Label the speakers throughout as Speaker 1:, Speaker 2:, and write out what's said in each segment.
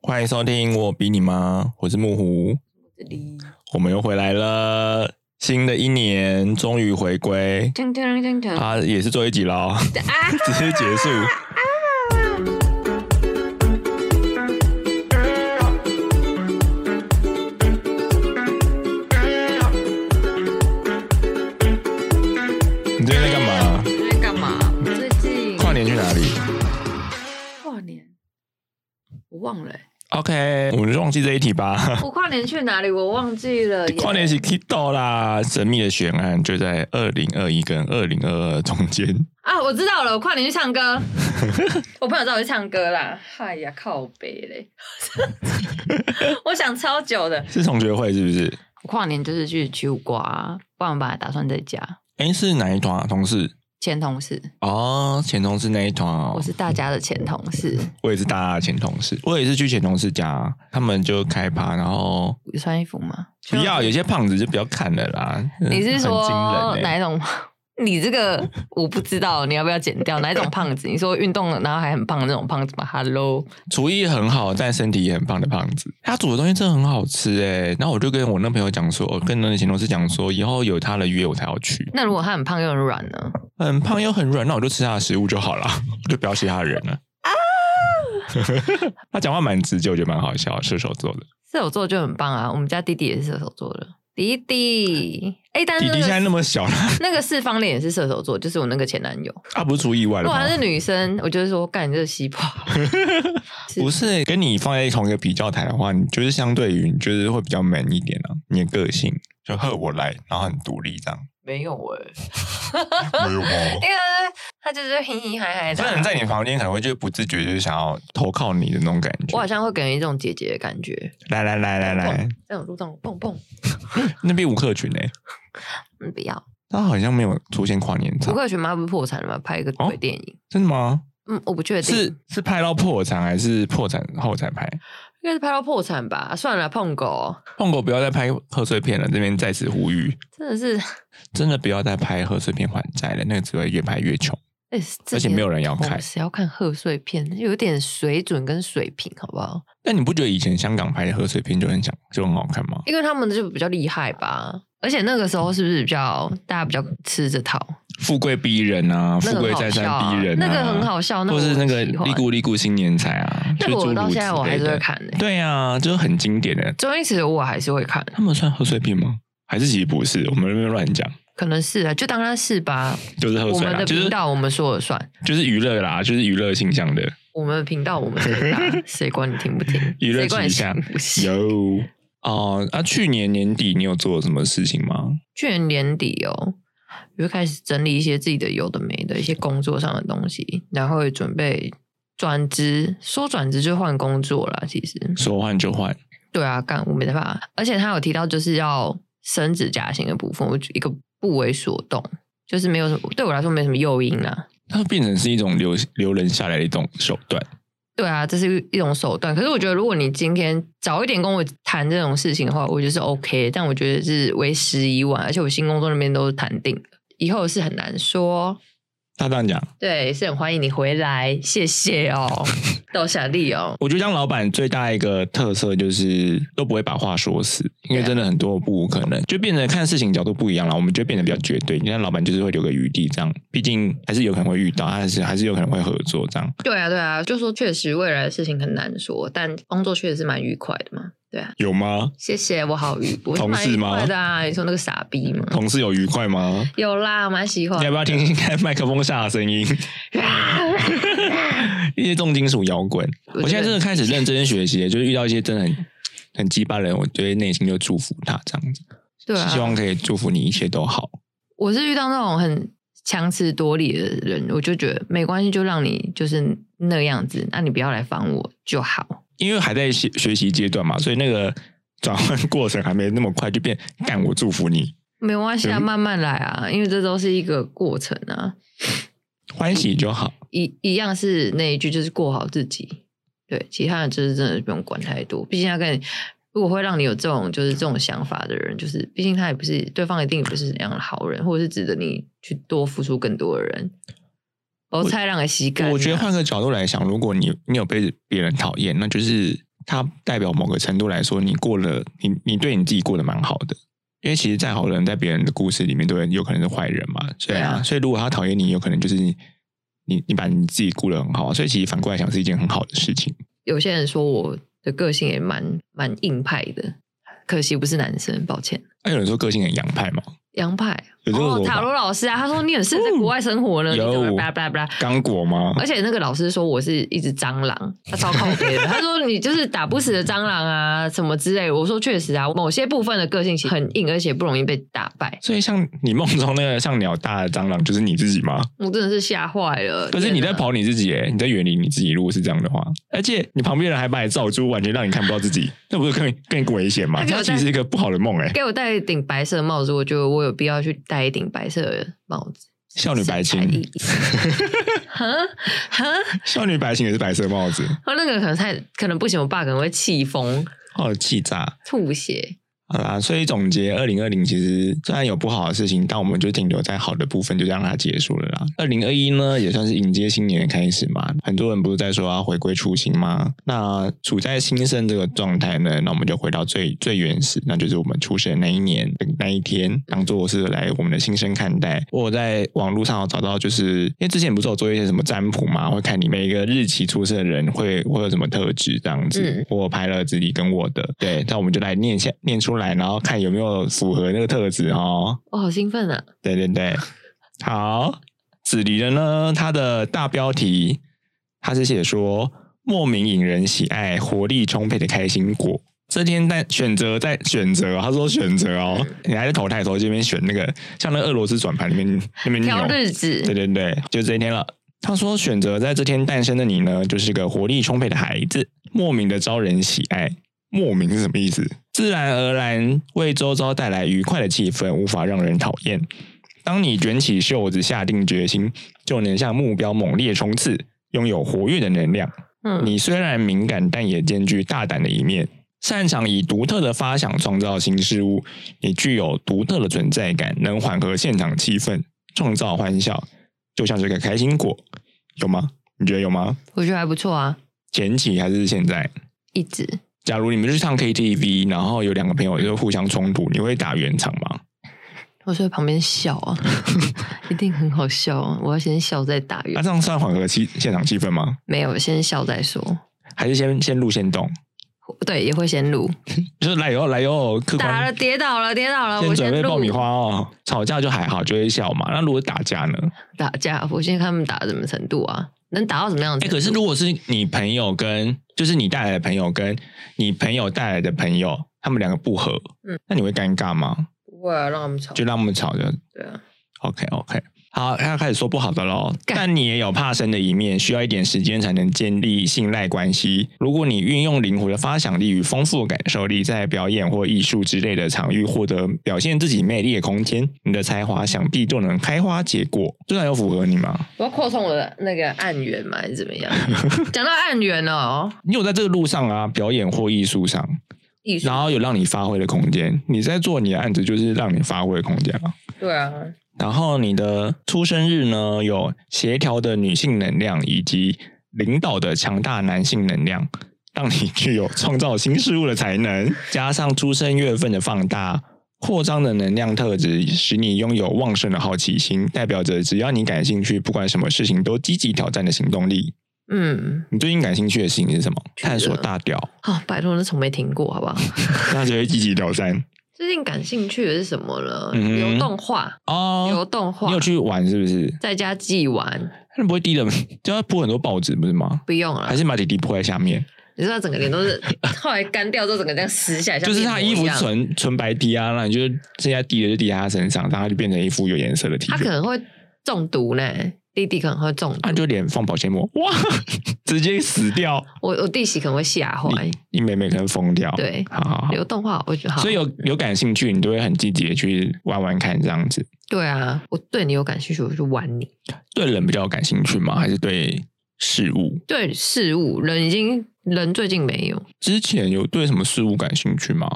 Speaker 1: 欢迎收听我比你妈，我是木狐，
Speaker 2: 这里，
Speaker 1: 我们又回来了，新的一年终于回归，
Speaker 2: 锵锵锵锵啊！
Speaker 1: 啊，也是最后一集了哦， 直接结束。你最近在干嘛？
Speaker 2: 最近干嘛？最近
Speaker 1: 跨年去哪里
Speaker 2: 跨年，我忘了欸、
Speaker 1: ？OK，我们就忘记这一题吧。
Speaker 2: 我跨年去哪里？我忘记了耶。
Speaker 1: 哎跨年是 Kido 啦，神秘的悬案就在二零二一跟二零二二中间。
Speaker 2: 啊，我知道了，我跨年去唱歌。 我朋友找我去唱歌啦，嗨呀，靠北嘞！ 我想超久的。
Speaker 1: 是同学会是不是？
Speaker 2: 我跨年就是去取五瓜、不然我本来打算在家。
Speaker 1: 哎、是哪一团啊？同事
Speaker 2: 前同事，
Speaker 1: 哦，前同事那一团哦
Speaker 2: 我，是大家的前同事，
Speaker 1: 我也是大家的前同事，我也是去前同事家，他们就开趴，然后
Speaker 2: 有穿衣服吗？
Speaker 1: 不要有些胖子就不要看了啦。
Speaker 2: 你是
Speaker 1: 很惊
Speaker 2: 说
Speaker 1: 人欸
Speaker 2: 哪一种？ 你这个我不知道，你要不要剪 掉？哪一种胖子？你说运动了然后还很胖的那种胖子吗？Hello，
Speaker 1: 厨艺很好，但身体也很胖的胖子，他煮的东西真的很好吃哎、然后我就跟我那朋友讲说，我跟那个前同事讲说，以后有他的约我才要去。
Speaker 2: 那如果他很胖又很软呢？
Speaker 1: 很胖又很软，那我就吃他的食物就好了， 我就不要吃他的人了。 他讲话蛮直接，我觉得蛮好笑，射手座的
Speaker 2: 射手座就很棒啊！我们家弟弟也是射手座的，弟弟，哎、但是
Speaker 1: 弟
Speaker 2: 那
Speaker 1: 弟现在
Speaker 2: 个
Speaker 1: 那么小， 他
Speaker 2: 那个四方脸也是射手座，就是我那个前男友。
Speaker 1: 他不是出意外
Speaker 2: 如
Speaker 1: 了
Speaker 2: 果
Speaker 1: 吗
Speaker 2: 他？是女生，我就是说，干你这个西瓜。
Speaker 1: 不是，跟你放在同一个比较台的话，你就是相对于你就是会比较 man 一点啊，你的个性就呵我来，然后很独立这样。
Speaker 2: 没有哎、
Speaker 1: 没有吗？
Speaker 2: 那个他就是嘻嘻嗨嗨的
Speaker 1: 可能
Speaker 2: 啊。
Speaker 1: 在你旁边可能会就不自觉就是想要投靠你的那种感
Speaker 2: 我好
Speaker 1: 觉。
Speaker 2: 像会给人一种姐姐的感觉，
Speaker 1: 来来来来来，
Speaker 2: 这种路上蹦蹦，
Speaker 1: 那边吴克群呢、
Speaker 2: 嗯，不要。
Speaker 1: 他好像没有出现跨年
Speaker 2: 不
Speaker 1: 场，
Speaker 2: 过群妈不是破产了吗？拍一
Speaker 1: 哦
Speaker 2: 个鬼电影，
Speaker 1: 真的吗？
Speaker 2: 嗯，我不确定，
Speaker 1: 是是拍到破产还是破产后才拍？
Speaker 2: 应该是拍到破产吧？算了，碰狗
Speaker 1: 碰狗不要再拍贺岁片了，这边再次呼吁，
Speaker 2: 真的是，
Speaker 1: 真的不要再拍贺岁片还债了，那个只会越拍越穷，
Speaker 2: 哎、
Speaker 1: 而且没有人要看
Speaker 2: 看，。谁要看贺岁片？有点水准跟水平，好不好？
Speaker 1: 但你不觉得以前香港拍的贺岁片就很想就很好看吗？
Speaker 2: 因为他们就比较厉害吧。而且那个时候是不是比较大家比较吃这套？
Speaker 1: 富贵逼人啊，
Speaker 2: 那
Speaker 1: 富
Speaker 2: 个
Speaker 1: 贵
Speaker 2: 很好
Speaker 1: 在山
Speaker 2: 笑啊
Speaker 1: 逼人、啊
Speaker 2: 那个很好笑，那
Speaker 1: 或
Speaker 2: 个
Speaker 1: 是
Speaker 2: 我
Speaker 1: 那
Speaker 2: 很
Speaker 1: 个
Speaker 2: 喜欢
Speaker 1: 利姑利姑新年财啊，
Speaker 2: 那个
Speaker 1: 就是
Speaker 2: 我
Speaker 1: 诸
Speaker 2: 到
Speaker 1: 如
Speaker 2: 现在
Speaker 1: 此
Speaker 2: 我还
Speaker 1: 类
Speaker 2: 是
Speaker 1: 的
Speaker 2: 会看的、
Speaker 1: 对啊，就是很经典的。
Speaker 2: 周星驰我还是会看，
Speaker 1: 他们算贺岁片吗？还是其实不是？我们那边乱讲，
Speaker 2: 可能是啊，就当他是吧。
Speaker 1: 就是贺
Speaker 2: 我
Speaker 1: 岁
Speaker 2: 们
Speaker 1: 啦，
Speaker 2: 的
Speaker 1: 就是
Speaker 2: 频道我们说了算，
Speaker 1: 就是娱乐啦，就是娱乐性向的。
Speaker 2: 我们的频道我们 最大，谁管你听不听？
Speaker 1: 娱乐
Speaker 2: 谁管
Speaker 1: 取
Speaker 2: 你
Speaker 1: 向
Speaker 2: 信不信？
Speaker 1: 有 哦、啊！去年年底你有做什么事情吗？
Speaker 2: 去年年底哦，我就开始整理一些自己的有的没的一些工作上的东西，然后也准备转职。说转职就换工作啦，其实
Speaker 1: 说换就换，
Speaker 2: 对啊，干我没办法。而且他有提到就是要升职加薪的部分，我就一个不为所动，就是没有什么对我来说没什么诱因啦。
Speaker 1: 它变成是一种留留人下来的一种手段。
Speaker 2: 对啊，这是一种手段。可是我觉得，如果你今天早一点跟我谈这种事情的话，我觉得是 OK。但我觉得是为时已晚，而且我新工作那边都是谈定的，以后是很难说。
Speaker 1: 他这样讲，
Speaker 2: 对，是很欢迎你回来，谢谢 哦，豆小丽哦，
Speaker 1: 我觉得当老板最大一个特色就是都不会把话说死，因为
Speaker 2: 对
Speaker 1: 真的很多不可能，就变成看事情角度不一样了，我们就变得比较绝对。你看老板就是会留个余地，这样，毕竟还是有可能会遇到，还是还是有可能会 合作这样。
Speaker 2: 对啊，对啊，就说确实未来的事情很难说，但工作确实是蛮愉快的嘛，对啊，
Speaker 1: 有吗？
Speaker 2: 谢谢，我好愉，我是
Speaker 1: 同
Speaker 2: 蛮
Speaker 1: 事
Speaker 2: 愉
Speaker 1: 吗
Speaker 2: 快的啊，你说那个傻逼吗？
Speaker 1: 同事有愉快吗？
Speaker 2: 有啦，我蛮喜欢
Speaker 1: 你要不要听听看麦克风下的声音？ 一些重金属摇滚，我现在真的开始认真学习，就是遇到一些真的很很鸡巴的人，我觉得内心就祝福他这样子，
Speaker 2: 对啊，
Speaker 1: 希望可以祝福你一切都好。
Speaker 2: 我是遇到那种很强词夺理的人，我就觉得没关系，就让你就是那样子，那、你不要来烦我就好。
Speaker 1: 因为还在学学习阶段嘛，所以那个转换过程还没那么快，就变干我祝福你，
Speaker 2: 没关系啊，
Speaker 1: 嗯
Speaker 2: 慢慢来啊，因为这都是一个过程啊。
Speaker 1: 欢喜就好。
Speaker 2: 一一样是那一句，就是过好自己。对，其他的就是真的不用管太多。毕竟他跟你，如果会让你有这种就是这种想法的人，就是毕竟他也不是对方，一定不是怎样的好人，或者是值得你去多付出更多的人。哦我菜让给膝盖，啊
Speaker 1: 我觉得换个角度来想，如果你你有被别人讨厌，那就是它代表某个程度来说，你过了，你你对你自己过得蛮好的。因为其实再好的人，在别人的故事里面，都有可能是坏人嘛。所以
Speaker 2: 对啊
Speaker 1: 所以如果他讨厌你，有可能就是你你你把你自己顾得很好。所以其实反过来想，是一件很好的事情。
Speaker 2: 有些人说我的个性也蛮蛮硬派的，可惜不是男生，抱歉。
Speaker 1: 那、啊有人说个性很洋派嘛，
Speaker 2: 洋派
Speaker 1: 有这个
Speaker 2: 哦，
Speaker 1: 说法
Speaker 2: 塔罗老师啊，他说你很适合在国外生活呢，你怎么
Speaker 1: 有
Speaker 2: 巴拉巴拉巴拉。
Speaker 1: 刚果吗？
Speaker 2: 而且那个老师说我是一只蟑螂，他超靠别的。他说你就是打不死的蟑螂啊，什么之类的。我说确实啊，某些部分的个性其实很硬，而且不容易被打败。
Speaker 1: 所以像你梦中那个像鸟大的蟑螂，就是你自己吗？
Speaker 2: 我真的是吓坏了。
Speaker 1: 可是你在
Speaker 2: 天哪，
Speaker 1: 跑你自己、耶，你在远离你自己。如果是这样的话，而且你旁边人还把你罩住，完全让你看不到自己，那不是更更危险吗？
Speaker 2: 那个
Speaker 1: 这其实是一个不好的梦哎、
Speaker 2: 给我戴一顶白色的帽子，我觉得我有必要去戴一顶白色的帽子。
Speaker 1: 少女白
Speaker 2: 身材
Speaker 1: 青
Speaker 2: 一，哈哈，
Speaker 1: 少女白青也是白色帽子，
Speaker 2: 哦那个可能太可能不行，我爸可能会气疯
Speaker 1: 哦，气炸！
Speaker 2: 吐血。
Speaker 1: 好啦，所以总结，二零二零其实虽然有不好的事情，但我们就停留在好的部分，就让它结束了啦。二零二一呢，也算是迎接新年的开始嘛。很多人不是在说要回归初心吗？那处在新生这个状态呢，那我们就回到最最原始，那就是我们出生的那一年那一天，当做是来我们的新生看待。我在网络上有找到，就是因为之前不是有做一些什么占卜嘛，会看你每一个日期出生的人会会有什么特质这样子。
Speaker 2: 嗯
Speaker 1: 我拍了自己跟我的，对，那我们就来念一下，念出来，然后看有没有符合那个特质哦。
Speaker 2: 我好兴奋啊！
Speaker 1: 对对对，好，子离的呢，它的大标题它是写说莫名引人喜爱、活力充沛的开心果。这天在选择在选择哦，他说选择哦，你还在投胎的时候这边选那个，像那个俄罗斯转盘里面那边扭
Speaker 2: 挑日子，
Speaker 1: 对对对，就这一天了。他说，选择在这天诞生的你呢，就是个活力充沛的孩子，莫名的招人喜爱。莫名是什么意思？自然而然为周遭带来愉快的气氛，无法让人讨厌。当你卷起袖子，下定决心，就能向目标猛烈冲刺，拥有活跃的能量。
Speaker 2: 嗯，
Speaker 1: 你虽然敏感，但也兼具大胆的一面，擅长以独特的发想创造新事物。你具有独特的存在感，能缓和现场气氛，创造欢笑，就像是个开心果，有吗？你觉得有吗？
Speaker 2: 我觉得还不错啊，
Speaker 1: 前期还是现在？
Speaker 2: 一直
Speaker 1: 假如你们去唱 KTV，然后有两个朋友就互相冲突，你会打圆场吗？
Speaker 2: 我就在旁边笑啊， 一定很好笑啊！我要先笑再打
Speaker 1: 那、
Speaker 2: 圆，
Speaker 1: 这样算缓和气现场气氛吗？
Speaker 2: 没有先笑再说。
Speaker 1: 还是先先录先动？
Speaker 2: 对，也会先录。
Speaker 1: 就是来哟来哟，客
Speaker 2: 打
Speaker 1: 官
Speaker 2: 了，跌倒了，跌倒了，
Speaker 1: 先
Speaker 2: 我
Speaker 1: 准备
Speaker 2: 录
Speaker 1: 爆米花哦。吵架就还好，就会笑嘛。那如果打架呢？
Speaker 2: 打架，我先看他们打到什么程度啊，能打到什么样
Speaker 1: 哎、
Speaker 2: 子？
Speaker 1: 可是如果是你朋友跟就是你带来的朋友跟你朋友带来的朋友，他们两个不合，
Speaker 2: 嗯
Speaker 1: 那你会尴尬吗？
Speaker 2: 不会啊，让他们吵
Speaker 1: 就让他们吵着
Speaker 2: 对啊，
Speaker 1: ，OK OK。好，他开始说不好的喽。
Speaker 2: 干
Speaker 1: 但你也有怕生的一面，需要一点时间才能建立信赖关系。如果你运用灵活的发想力与丰富的感受力，在表演或艺术之类的场域获得表现自己魅力的空间，你的才华想必就能开花结果。这样有符合你吗？
Speaker 2: 我要扩充我的那个案源嘛，还是怎么样？ 讲到案源哦，
Speaker 1: 你有在这个路上啊，表演或艺术上，
Speaker 2: 艺术
Speaker 1: 然后有让你发挥的空间。你在做你的案子，就是让你发挥的空间了。
Speaker 2: 对啊，
Speaker 1: 然后你的出生日呢，有协调的女性能量以及领导的强大男性能量，让你具有创造新事物的才能。加上出生月份的放大。扩张的能量特质使你拥有旺盛的好奇心，代表着只要你感兴趣，不管什么事情都积极挑战的行动力。
Speaker 2: 嗯，
Speaker 1: 你最近感兴趣的事情是什么？
Speaker 2: 觉得
Speaker 1: 探索大屌，
Speaker 2: 好、拜托，那从没停过，好不好？
Speaker 1: 那就会积极挑战
Speaker 2: 最近感兴趣的是什么了？
Speaker 1: 嗯哼
Speaker 2: 流动画，
Speaker 1: 哦。
Speaker 2: 流动画，
Speaker 1: 你有去玩是不是？
Speaker 2: 在家寄完，
Speaker 1: 那不会滴的， 就要铺很多报纸不是吗？
Speaker 2: 不用了
Speaker 1: 还。是把弟弟铺在下面？
Speaker 2: 你说他整个脸都是后来干掉之后，整个这样撕下来，像
Speaker 1: 就是
Speaker 2: 面
Speaker 1: 他
Speaker 2: 膜
Speaker 1: 衣服
Speaker 2: 一样
Speaker 1: 纯纯白滴啊，那你就是剩下滴的就滴在他身上，然后他就变成一副有颜色的 T
Speaker 2: 他可
Speaker 1: 恤，
Speaker 2: 能会中毒呢。弟弟可能会中毒，
Speaker 1: 他啊就脸放保鲜膜，哇， 直接死掉。
Speaker 2: 我我弟媳可能会吓坏。
Speaker 1: 你妹妹可能疯掉。
Speaker 2: 对
Speaker 1: 好好好。
Speaker 2: 流动画，我觉得好。
Speaker 1: 所以有有感兴趣，你都会很积极的去玩玩看这样子。
Speaker 2: 对啊，我对你有感兴趣，我就玩你。
Speaker 1: 对人比较有感兴趣吗？还是对事物？
Speaker 2: 对事物，人已经人最近没有，
Speaker 1: 之前有对什么事物感兴趣吗？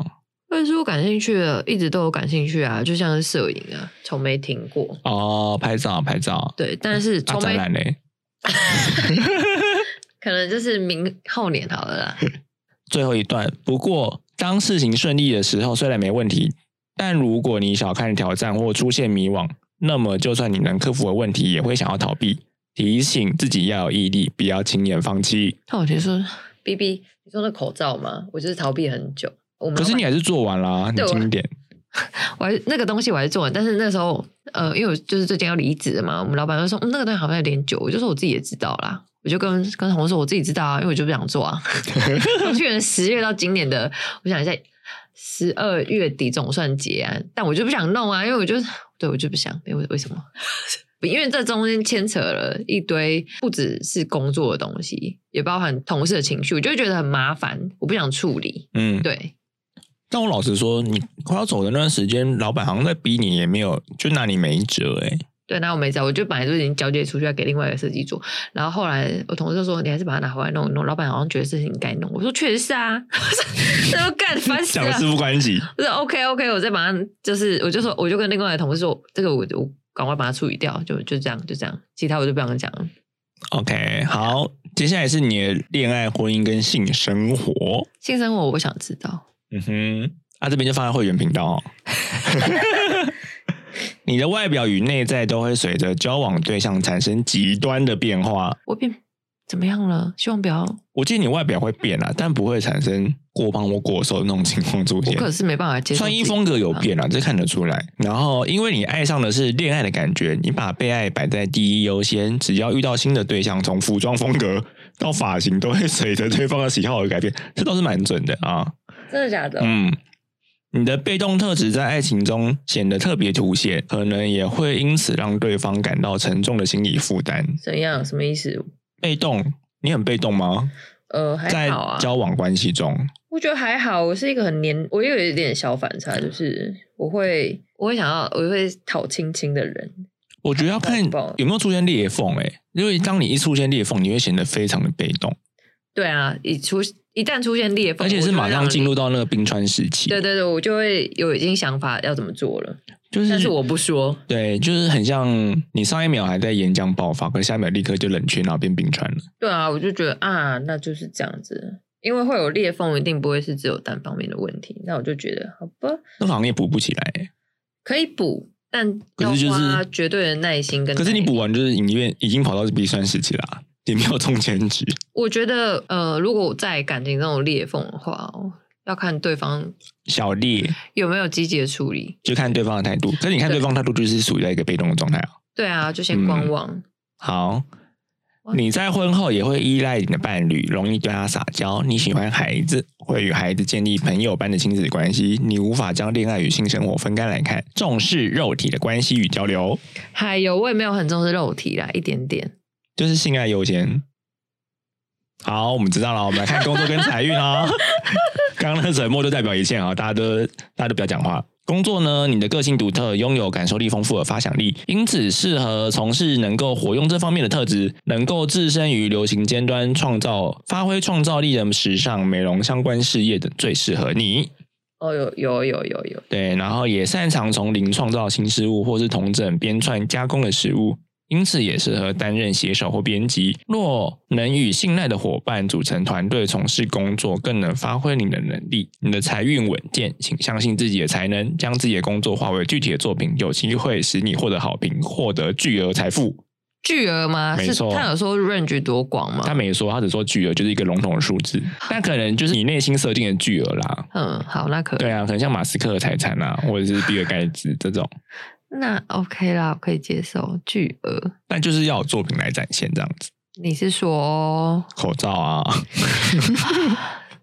Speaker 2: 对事物感兴趣的，一直都有感兴趣啊，就像是摄影啊，从没停过。
Speaker 1: 哦，拍照拍照，
Speaker 2: 对，但是
Speaker 1: 啊，
Speaker 2: 从
Speaker 1: 展
Speaker 2: 没、
Speaker 1: 览嘞。
Speaker 2: 可能就是明后年好了啦。
Speaker 1: 最后一段。不过，当事情顺利的时候，虽然没问题，但如果你小看挑战或出现迷惘，那么就算你能克服的问题，也会想要逃避。提醒自己要有毅力，不要轻言放弃。
Speaker 2: 那我觉得说，B B，你说那口罩吗？我就是逃避很久。我们
Speaker 1: 可是
Speaker 2: 老板
Speaker 1: 你还是做完啦，很
Speaker 2: 对我
Speaker 1: 经典。
Speaker 2: 我还那个东西我还是做完，但是那时候呃，因为我就是最近要离职了嘛，我们老板就说、嗯、那个东西好像有点久，我就说我自己也知道啦，我就跟跟同事说我自己知道啊，因为我就不想做啊。从去年十月到今年的，我想一下，十二月底总算结案，但我就不想弄啊，因为我就对我就不想，因为为什么？因为这中间牵扯了一堆不只是工作的东西，也包含同事的情绪，我就会觉得很麻烦，我不想处理。
Speaker 1: 嗯，
Speaker 2: 对，
Speaker 1: 但我老实说，你快要走的那段时间，老板好像在逼你，也没有就拿你没辙哎、
Speaker 2: 对，那我没找，啊我就本来就已经交接出去，要给另外一个设计做。然后后来我同事就说：“你还是把它拿回来弄一弄。”老板好像觉得事情该弄，我说：“确实是啊。”他说：“干，烦 死
Speaker 1: 讲
Speaker 2: 了。”
Speaker 1: 师傅关系，
Speaker 2: 我说 OK OK，我再把它就是，我就说，我就跟另外的同事说，这个我我赶快把它处理掉，就就这样就这样，其他我就不想讲了。
Speaker 1: OK，好，接下来是你的恋爱、婚姻跟性生活。
Speaker 2: 性生活我不想知道，
Speaker 1: 嗯哼，啊，这边就放在会员频道、哦。 你的外表与内在都会随着交往对象产生极端的变化。
Speaker 2: 我变怎么样了？希望不要，我
Speaker 1: 我记得你外表会变啊，但不会产生过胖或过瘦的那种情况出现。
Speaker 2: 可是没办法接受
Speaker 1: 穿衣
Speaker 2: 自己
Speaker 1: 风格有
Speaker 2: 胖
Speaker 1: 变啊，这看得出来。然后，因为你爱上的是恋爱的感觉，你把被爱摆在第一优先。只要遇到新的对象，从服装风格到发型，都会随着对方的喜好而改变，这倒是蛮准的啊。
Speaker 2: 真的假的？
Speaker 1: 嗯，你的被动特质在爱情中显得特别凸显，可能也会因此让对方感到沉重的心理负担。
Speaker 2: 怎样？什么意思？
Speaker 1: 被动，你很被动吗？
Speaker 2: 呃，还
Speaker 1: 在
Speaker 2: 好啊。
Speaker 1: 交往关系中，
Speaker 2: 我觉得还好，我是一个很黏，我又有一点小反差，就是我会我会想要我会讨亲亲的人，
Speaker 1: 我觉得要看
Speaker 2: 太棒了
Speaker 1: 有没有出现裂缝、欸。因为当你一出现裂缝，你会显得非常的被动。
Speaker 2: 对啊，一出一旦出现裂缝，
Speaker 1: 而且是
Speaker 2: 我就会
Speaker 1: 马上
Speaker 2: 让
Speaker 1: 进
Speaker 2: 你
Speaker 1: 入，到那个冰川时期，
Speaker 2: 对对对，我就会有已经想法要怎么做了，
Speaker 1: 就是
Speaker 2: 但是我不说，
Speaker 1: 对，就是很像你上一秒还在岩浆爆发，可是下一秒立刻就冷却，然后变冰川了。
Speaker 2: 对啊，我就觉得啊，那就是这样子，因为会有裂缝，一定不会是只有单方面的问题，那我就觉得好吧，
Speaker 1: 那行业补不起来、欸
Speaker 2: 可以补，但
Speaker 1: 可
Speaker 2: 要
Speaker 1: 是就是
Speaker 2: 花绝对的耐心跟，
Speaker 1: 可是你补，完就是影院已经跑到冰川时期 啦、也没有中间值。
Speaker 2: 我觉得呃，如果在感情中有裂缝的话，哦要看对方
Speaker 1: 小烈
Speaker 2: 有没有积极的处理？
Speaker 1: 就看对方的态度，可是你看对方态度就是属于在一个被动的状态啊。
Speaker 2: 对啊，就先观望。
Speaker 1: 好，
Speaker 2: 哇
Speaker 1: 你在婚后也会依赖你的伴侣，容易对他撒娇。你喜欢孩子，会与孩子建立朋友般的亲子关系。你无法将恋爱与性生活分开来看，重视肉体的关系与交流，
Speaker 2: 还有，我也没有很重视肉体啦，一点点。
Speaker 1: 就是性爱优先。好，我们知道了，我们来看工作跟财运啊。 刚刚的沉默就代表一切啊，大家都大家都不要讲话。工作呢，你的个性独特，拥有感受力丰富的发想力，因此适合从事能够活用这方面的特质，能够置身于流行尖端，创造发挥创造力的时尚美容相关事业的最适合你。
Speaker 2: 哦，有有有有有，
Speaker 1: 对，然后也擅长从零创造新事物，或是同整、编撰、加工的事物，因此也适合担任写手或编辑。若能与信赖的伙伴组成团队从事工作，更能发挥你的能力。你的财运稳健，请相信自己的才能，将自己的工作化为具体的作品，有机会使你获得好评，获得巨额财富。
Speaker 2: 巨额吗？
Speaker 1: 没
Speaker 2: 是
Speaker 1: 错
Speaker 2: 他有说 range 多广吗
Speaker 1: 他？没说，他只说巨额就是一个笼统的数字，但可能就是你内心设定的巨额啦。
Speaker 2: 嗯，好，那可以
Speaker 1: 对啊，可能像马斯克的财产啊，或者是比尔盖茨这种。
Speaker 2: 那 OK 啦，我可以接受巨额。
Speaker 1: 但就是要有作品来展现这样子。
Speaker 2: 你是说，
Speaker 1: 口罩啊，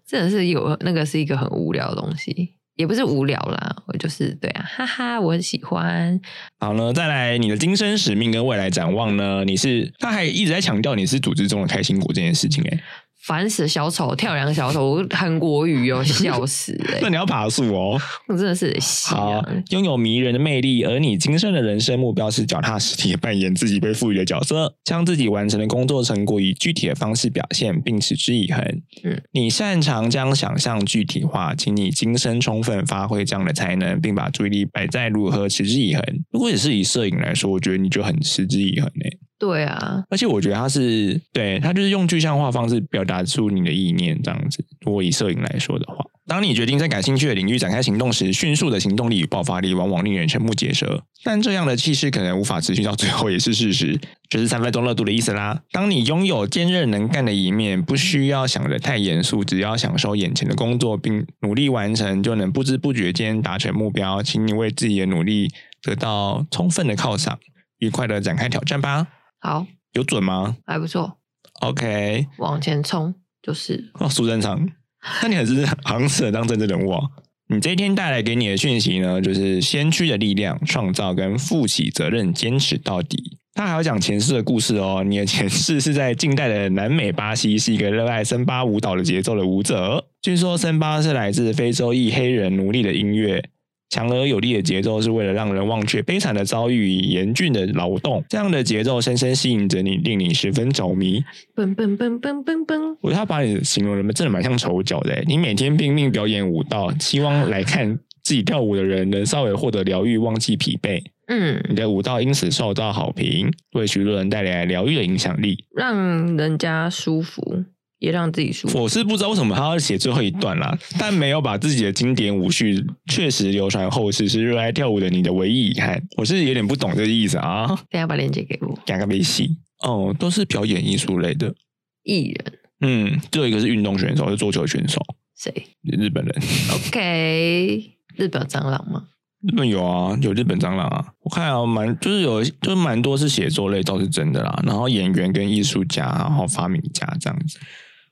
Speaker 2: 真的是有那个是一个很无聊的东西，也不是无聊啦，我就是对啊，哈哈，我很喜欢。
Speaker 1: 好呢，再来你的今生使命跟未来展望呢？你是他还一直在强调你是组织中的开心果这件事情、欸，
Speaker 2: 烦死小丑，跳梁小丑，我韩国语哦，笑死 哎、
Speaker 1: 那你要爬树哦。
Speaker 2: 我真的是得笑。
Speaker 1: 好，拥有迷人的魅力，而你今生的人生目标是脚踏实地地扮演自己被赋予的角色，将自己完成的工作成果以具体的方式表现，并持之以恒。
Speaker 2: 嗯，
Speaker 1: 你擅长将想象具体化，请你今生充分发挥这样的才能，并把注意力摆在如何持之以恒。如果只是以摄影来说，我觉得你就很持之以恒诶、欸
Speaker 2: 对啊，
Speaker 1: 而且我觉得他是对他就是用具象化方式表达出你的意念，这样子。如果以摄影来说的话，当你决定在感兴趣的领域展开行动时，迅速的行动力与爆发力往往令人瞠目结舌。但这样的气势可能无法持续到最后，也是事实，就是三分钟热度的意思啦。当你拥有坚韧能干的一面，不需要想得太严肃，只要享受眼前的工作并努力完成，就能不知不觉间达成目标。请你为自己的努力得到充分的犒赏，愉快的展开挑战吧。
Speaker 2: 好，
Speaker 1: 有准吗？
Speaker 2: 还不错，
Speaker 1: OK，
Speaker 2: 往前冲就是
Speaker 1: 哦，苏贞昌，那你很是好像适合当政治人物哦。你这一天带来给你的讯息呢，就是先驱的力量、创造跟负起责任、坚持到底。他还要讲前世的故事哦。你的前世是在近代的南美巴西，是一个热爱森巴舞蹈的节奏的舞者。据说森巴是来自非洲裔黑人奴隶的音乐，强而有力的节奏是为了让人忘却悲惨的遭遇与严峻的劳动。这样的节奏深深吸引着你，令你十分着迷。
Speaker 2: 蹦蹦蹦蹦蹦蹦。
Speaker 1: 我觉得他把你形容的真的蛮像丑角的欸。你每天拼命表演舞蹈，希望来看自己跳舞的人能稍微获得疗愈，忘记疲惫。
Speaker 2: 嗯，
Speaker 1: 你的舞蹈因此受到好评，为许多人带来疗愈的影响力。
Speaker 2: 让人家舒服，也让自己舒服。
Speaker 1: 我是不知道为什么他要写最后一段啦，但没有把自己的经典舞序确实流传后世，是热爱跳舞的你的唯一遗憾。我是有点不懂这个意思啊，
Speaker 2: 等一下把链接给我。
Speaker 1: 两个没戏哦，都是表演艺术类的。
Speaker 2: 艺人
Speaker 1: 嗯，最后一个是运动选手，是桌球选手，
Speaker 2: 谁
Speaker 1: 日本人。
Speaker 2: ？OK，日 本有蟑螂吗？
Speaker 1: 日本有啊，有日本蟑螂啊。我看啊，蛮就是有，就是蛮多是写作类，倒是真的啦。然后演员跟艺术家，然后发明家这样子。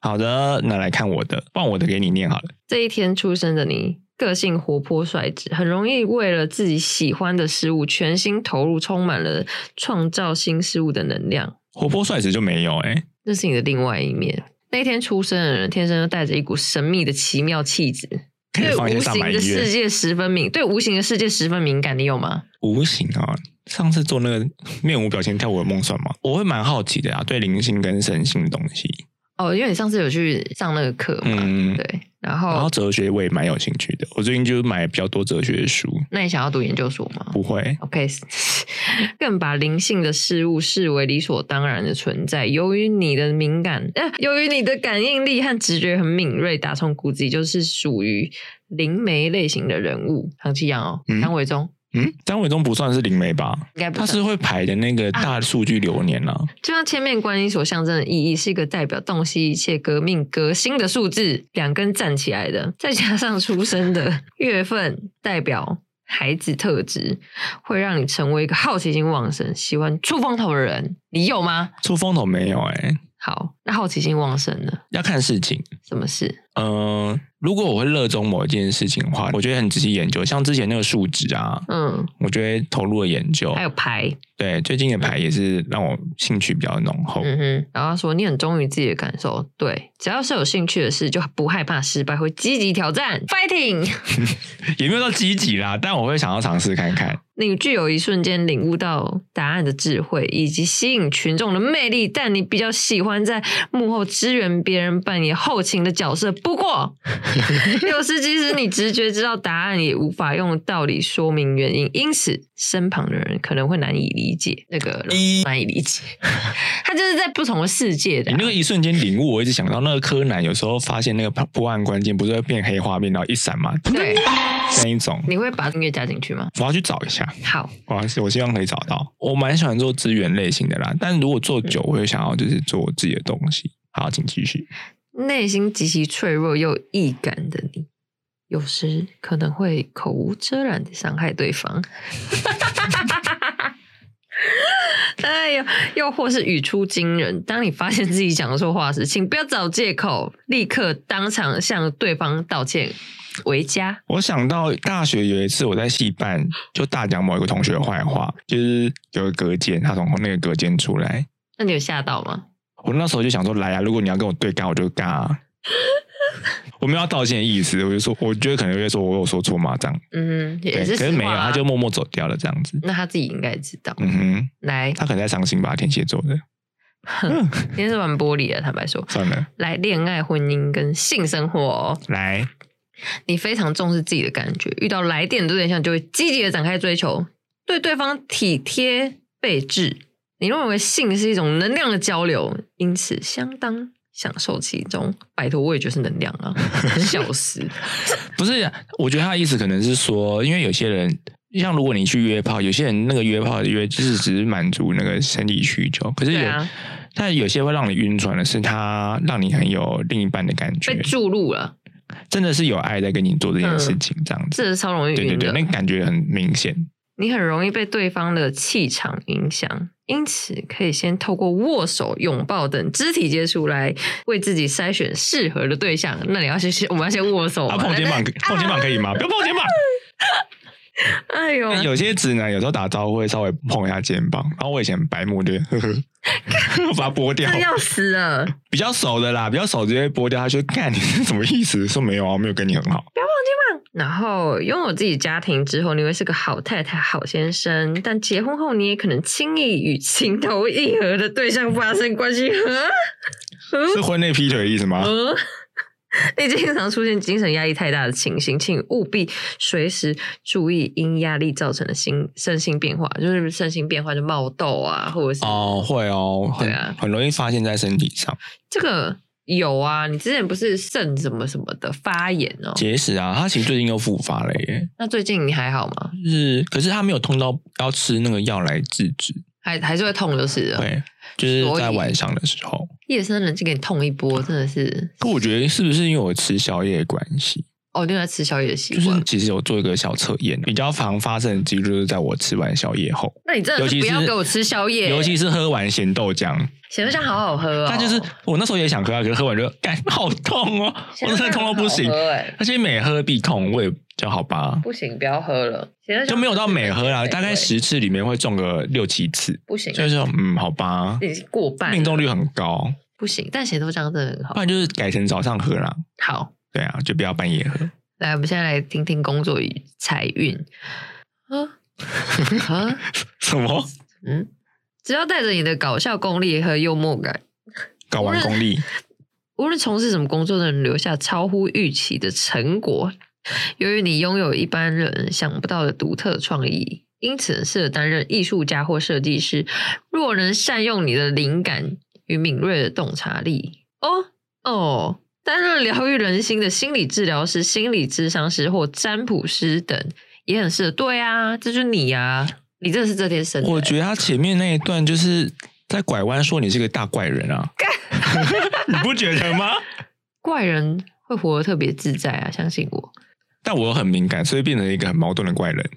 Speaker 1: 好的，那来看我的，换我的给你念好了。
Speaker 2: 这一天出生的你，个性活泼率直，很容易为了自己喜欢的事物全心投入，充满了创造新事物的能量。
Speaker 1: 活泼率直就没有哎、
Speaker 2: 这是你的另外一面。那天出生的人，天生就带着一股神秘的奇妙气质，
Speaker 1: 可以
Speaker 2: 对
Speaker 1: 放一些
Speaker 2: 无
Speaker 1: 上
Speaker 2: 形
Speaker 1: 百
Speaker 2: 的
Speaker 1: 音
Speaker 2: 世
Speaker 1: 乐。
Speaker 2: 界十分敏，对无形的世界十分敏感，你有吗？
Speaker 1: 无形啊，上次做那个面无表情跳舞的梦算吗？我会蛮好奇的啊，对灵性跟神性的东西，
Speaker 2: 哦，因为你上次有去上那个课嘛，
Speaker 1: 嗯
Speaker 2: 对，哦然
Speaker 1: 然后
Speaker 2: 后
Speaker 1: 哲学我也蛮有兴趣的。我最近就买比较多哲学的书，
Speaker 2: 那你想要读研究所吗？
Speaker 1: 不会
Speaker 2: OK，更把灵性的事物视为理所当然的存在。由于你的敏感， 呃，由于你的感应力和直觉很敏锐，打从骨子里就是属于灵媒类型的人物。唐奇阳哦，
Speaker 1: 嗯
Speaker 2: 唐伟忠
Speaker 1: 嗯，张伟忠不算是灵媒吧？
Speaker 2: 应该不
Speaker 1: 他
Speaker 2: 是。
Speaker 1: 是会排的那个
Speaker 2: 啊
Speaker 1: 大数据流年啊，
Speaker 2: 就像千面观音所象征的意义，是一个代表洞悉一切、革命革新的数字，两根站起来的， 再加上出生的 月份，代表孩子特质，会让你成为一个好奇心旺盛、喜欢出风头的人。你有吗？
Speaker 1: 出风头没有哎、
Speaker 2: 好，那好奇心旺盛呢？
Speaker 1: 要看事情。
Speaker 2: 什么事？
Speaker 1: 嗯、如果我会热衷某一件事情的话，我觉得很仔细研究，像之前那个数值啊，
Speaker 2: 嗯，
Speaker 1: 我就会投入了研究
Speaker 2: 还。有牌，
Speaker 1: 对，最近的牌也是让我兴趣比较浓厚。
Speaker 2: 嗯哼。然后他说你很忠于自己的感受，对，只要是有兴趣的事，就不害怕失败，会积极挑战，fighting。
Speaker 1: 也没有到积极啦，但我会想要尝试看看。
Speaker 2: 你具有一瞬间领悟到答案的智慧，以及吸引群众的魅力，但你比较喜欢在幕后支援别人扮演后勤的角色。不过，有时即使你直觉知道答案，也无法用道理说明原因，因此身旁的人可能会难以理解。那个难以理解， 他就是在不同的世界的
Speaker 1: 你
Speaker 2: 啊、
Speaker 1: 那个一瞬间领悟，我一直想到那个柯南，有时候发现那个破案关键不是会变黑画面，然后一闪嘛，
Speaker 2: 对，
Speaker 1: 那一种。
Speaker 2: 你会把音乐加进去吗？
Speaker 1: 我要去找一下，
Speaker 2: 好，
Speaker 1: 我要哦我希望可以找到。我蛮喜欢做资源类型的啦，但如果做久，我会想要就是做我自己的东西。好，请继续。
Speaker 2: 内心极其脆弱又易感的你，有时可能会口无遮拦的伤害对方。 哎呦，又或是语出惊人。当你发现自己讲错话时，请不要找借口，立刻当场向对方道歉为佳。
Speaker 1: 我想到大学有一次我在戏办就大讲某一个同学的坏话，就是有个隔间，他从那个隔间出来，
Speaker 2: 那你有吓到吗？
Speaker 1: 我那时候就想说，来啊，如果你要跟我对干，我就干啊。 我没有要道歉的意思，我就说，我觉得可能会说我有说错嘛，这样。
Speaker 2: 嗯，也
Speaker 1: 对，
Speaker 2: 是
Speaker 1: 可
Speaker 2: 实话啊、
Speaker 1: 是没有，他就默默走掉了，这样子。
Speaker 2: 那他自己应该知道。
Speaker 1: 嗯哼，
Speaker 2: 来，
Speaker 1: 他可能在伤心吧，天蝎座的。
Speaker 2: 今天是玩玻璃的，坦白说，
Speaker 1: 算了，
Speaker 2: 来恋爱、婚姻跟性生活哦、
Speaker 1: 来，
Speaker 2: 你非常重视自己的感觉，遇到来电的对象就会积极的展开追求，对对方体贴备至。你认为性是一种能量的交流，因此相当享受其中。拜托，我也觉得是能量啊，笑 死！
Speaker 3: 不是，我觉得他的意思可能是说，因为有些人，像如果你去约炮，有些人那个约炮的约就是只是满足那个生理需求，可是有，
Speaker 2: 对啊
Speaker 3: 但有些会让你晕船的是，它让你很有另一半的感
Speaker 2: 被
Speaker 3: 觉，
Speaker 2: 注入了，
Speaker 3: 真的是有爱在跟你做这件事情，这样
Speaker 2: 这
Speaker 3: 子。
Speaker 2: 是超容易
Speaker 3: 对对
Speaker 2: 晕的。
Speaker 3: 对，那个感觉很明显。
Speaker 2: 你很容易被对方的气场影响，因此可以先透过握手、拥抱等肢体接触来为自己筛选适合的对象。那你要先，先我们要先握手
Speaker 1: 啊，
Speaker 2: 嘛
Speaker 1: 碰肩膀，碰肩膀可以吗？不要碰肩膀。
Speaker 2: 哎呦，
Speaker 1: 有些直男有时候打招呼会稍微碰一下肩膀，然后我以前白目就呵 呵，把它拨掉
Speaker 2: 那。要死了！碰
Speaker 1: 比较熟的啦，比较熟直接拨掉，他就干你是什么意思？说没有啊，我没有跟你很好。
Speaker 2: 肩膀。然后拥有自己家庭之后，你会是个好太太、好先生，但结婚后你也可能轻易与情投意合的对象发生关系。呵
Speaker 1: 是婚内劈腿的意思吗？
Speaker 2: 嗯， 你经常出现精神压力太大的情形，请务必随时注意因压力造成的心身心变化，就是身心变化就冒痘啊，或者是、
Speaker 1: 哦，会哦，很、
Speaker 2: 对啊哦
Speaker 1: 很容易发现在身体上，
Speaker 2: 这个有啊。你之前不是肾什么什么的发炎哦？
Speaker 1: 结石啊，他其实最近又复发了耶。
Speaker 2: 那最近你还好吗？
Speaker 1: 就是，可是他没有痛到要吃那个药来制止，
Speaker 2: 还还是会痛就是了。
Speaker 1: 对，就是
Speaker 2: 所以
Speaker 1: 在晚上的时候。
Speaker 2: 夜深人静给你痛一波，真的是
Speaker 1: 可我觉得是不是因为我吃宵夜的关系？
Speaker 2: 哦，你有在吃宵夜的习
Speaker 1: 就
Speaker 2: 惯。
Speaker 1: 是其实有做一个小测验，比较常发生的几率就是在我吃完宵夜后，
Speaker 2: 那你真
Speaker 1: 尤
Speaker 2: 的
Speaker 1: 其
Speaker 2: 是
Speaker 1: 是
Speaker 2: 不要给我吃宵夜，
Speaker 1: 尤其是喝完咸豆浆，
Speaker 2: 咸肉酱好好喝哦。
Speaker 1: 但就是我那时候也想喝啊，可是喝完就干好痛哦，我
Speaker 2: 咸肉
Speaker 1: 真
Speaker 2: 酱
Speaker 1: 的痛到不
Speaker 2: 很好
Speaker 1: 行。
Speaker 2: 喝哎
Speaker 1: 而且每喝必痛，我也就好吧，
Speaker 2: 不行，不要喝了，咸肉酱
Speaker 1: 就没有到每喝啦，
Speaker 2: 很美味
Speaker 1: 大概十次里面会中个六七次，
Speaker 2: 不行，
Speaker 1: 就是说嗯好吧，
Speaker 2: 已经过半了啊哦
Speaker 1: 命中率很高，
Speaker 2: 不行，但咸豆浆真的很好
Speaker 1: 不。然就是改成早上喝啦。
Speaker 2: 好，
Speaker 1: 对啊，就不要半夜 喝。
Speaker 2: 来，我们现在来听听工作与财运。啊 啊，
Speaker 1: 什么？
Speaker 2: 嗯，只要带着你的搞笑功力和幽默感，
Speaker 1: 搞完功力，
Speaker 2: 无论从事什么工作，都能留下超乎预期的成果。由于你拥有一般人想不到的独特创意，因此很适合担任艺术家或设计师。若能善用你的灵感与敏锐的洞察力，哦哦，担任疗愈人心的心理治疗师、心理咨商师或占卜师等，也很适合。对啊，这就是你啊，你真的是这天生的、欸
Speaker 1: 我觉得他前面那一段就是在拐弯说你是个大怪人啊， 你不觉得吗？
Speaker 2: 怪人会活得特别自在啊，相信我。
Speaker 1: 但我很敏感，所以变成一个很矛盾的怪人。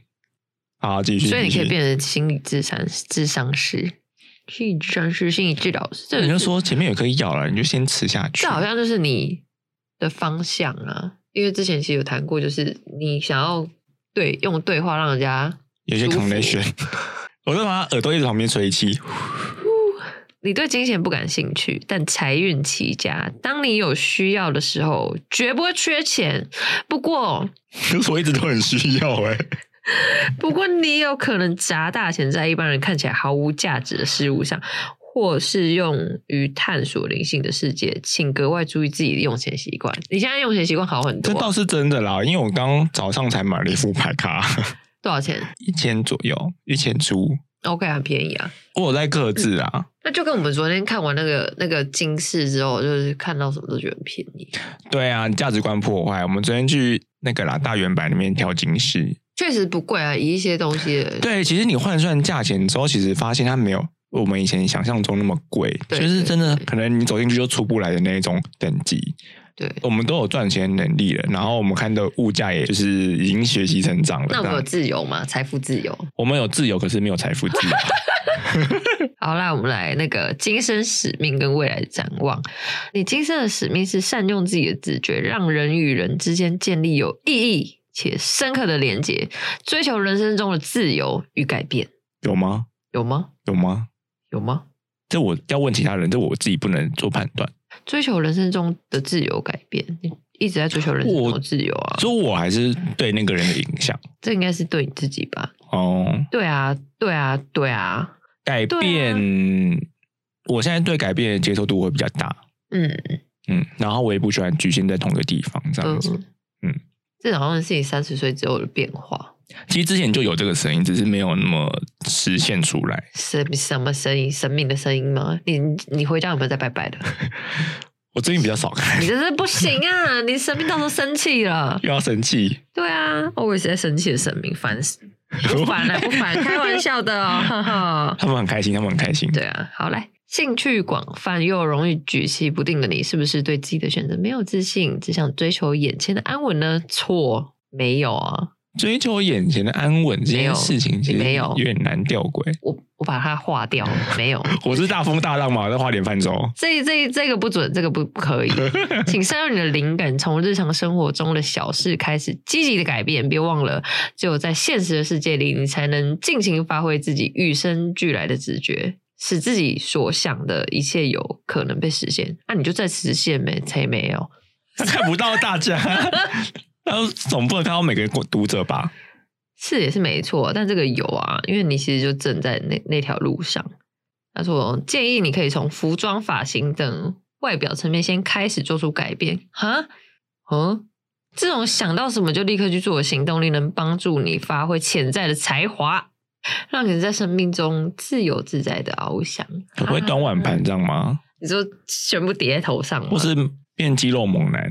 Speaker 1: 好，继续。
Speaker 2: 所以你可
Speaker 1: 继
Speaker 2: 以
Speaker 1: 续
Speaker 2: 变成心理智商智商师、心理智商师、心理治疗师。这
Speaker 1: 那你就
Speaker 2: 就是
Speaker 1: 说前面有颗药了，你就先吃下去。
Speaker 2: 这好像就是你的方向啊。因为之前其实有谈过，就是你想要对用对话让人家，
Speaker 1: 有些
Speaker 2: 舒服
Speaker 1: connection，我 就把他耳朵一直旁边吹气。
Speaker 2: 你对金钱不感兴趣，但财运齐家。当你有需要的时候，绝不会缺钱。不过，
Speaker 1: 可是我一直都很需要哎、
Speaker 2: 不过你也有可能砸大钱在一般人看起来毫无价值的事物上，或是用于探索灵性的世界，请格外注意自己的用钱习惯。你现在用钱习惯好很
Speaker 1: 这
Speaker 2: 多
Speaker 1: 倒
Speaker 2: 啊，
Speaker 1: 是真的啦，因为我刚早上才买了一副牌卡，
Speaker 2: 多少钱
Speaker 1: 一千左右，一千出。
Speaker 2: ？OK，很便宜啊。
Speaker 1: 我有在克制啊，
Speaker 2: 那就跟我们昨天看完那个那个金饰之后，就是看到什么都觉得很便宜。
Speaker 1: 对啊，价值观破坏。我们昨天去那个啦大圆板里面挑金饰，
Speaker 2: 确实不贵啊，以一些东西的
Speaker 1: 对，其实你换算价钱之后，其实发现它没有我们以前想象中那么贵，
Speaker 2: 对
Speaker 1: 就是真的
Speaker 2: 对对
Speaker 1: 可能你走进去就出不来的那一种等级。
Speaker 2: 对。
Speaker 1: 我们都有赚钱能力了，然后我们看的物价也就是已经学习成长了。
Speaker 2: 那我
Speaker 1: 这
Speaker 2: 们有
Speaker 1: 样
Speaker 2: 自由吗？财富自由。
Speaker 1: 我们有自由，可是没有财富自由。
Speaker 2: 好啦，我们来那个今生使命跟未来的展望。你今生的使命是善用自己的直觉，让人与人之间建立有意义且深刻的连结，追求人生中的自由与改变。
Speaker 1: 有吗？
Speaker 2: 有吗？
Speaker 1: 有吗？
Speaker 2: 有吗？
Speaker 1: 这我要问其他人，这我自己不能做判断，
Speaker 2: 追求人生中的自由改变，你一直在追求人生中的自由啊！
Speaker 1: 所以我还是对那个人的影响
Speaker 2: 这应该是对你自己吧？
Speaker 1: 哦。
Speaker 2: 对啊，对啊，对啊，
Speaker 1: 改
Speaker 2: 对啊
Speaker 1: 变，我现在对改变的接受度会比较大，
Speaker 2: 嗯
Speaker 1: 嗯，然后我也不喜欢局限在同一个地方这样子。
Speaker 2: 嗯
Speaker 1: 嗯
Speaker 2: 这好像是你三十岁之后的变化。
Speaker 1: 其实之前就有这个声音，只是没有那么实现出来。
Speaker 2: 什什么声音？神明的声音吗？你你回家有没有在拜拜的？
Speaker 1: 我最近比较少看，
Speaker 2: 你真是不行啊！你神明到时候生气了。
Speaker 1: 又要生气。
Speaker 2: 对啊，我也是在生气的神明，烦死！不烦啊了，不烦，开玩笑的哦，哈哈。
Speaker 1: 他们很开心，他们很开心。
Speaker 2: 对啊，好来，兴趣广泛又容易举棋不定的你，是不是对自己的选择没有自信，只想追求眼前的安稳呢？错，没有啊，
Speaker 1: 追求眼前的安稳这
Speaker 2: 没有
Speaker 1: 件事情，其实
Speaker 2: 没有
Speaker 1: 有点难吊诡。
Speaker 2: 我我把它划掉，没有。
Speaker 1: 我是大风大浪嘛，我在花莲泛舟。
Speaker 2: 这这这个不准，这个不不可以，请善用你的灵感，从日常生活中的小事开始，积极的改变。别忘了，只有在现实的世界里，你才能尽情发挥自己与生俱来的直觉，使自己所想的一切有可能被实现。啊那、你就在实现没？才没有。
Speaker 1: 看不到大家， 那总不能看到每个读者吧？
Speaker 2: 是也是没错，但这个有啊，因为你其实就正在那那条路上。他说建议你可以从服装、发型等外表层面先开始做出改变。哈，嗯，这种想到什么就立刻去做的行动力，能帮助你发挥潜在的才华，让你在生命中自由自在的翱翔。
Speaker 1: 我不会端碗盘
Speaker 2: 啊
Speaker 1: 这样吗？
Speaker 2: 你说全部叠在头上吗？
Speaker 1: 或是变肌肉猛男？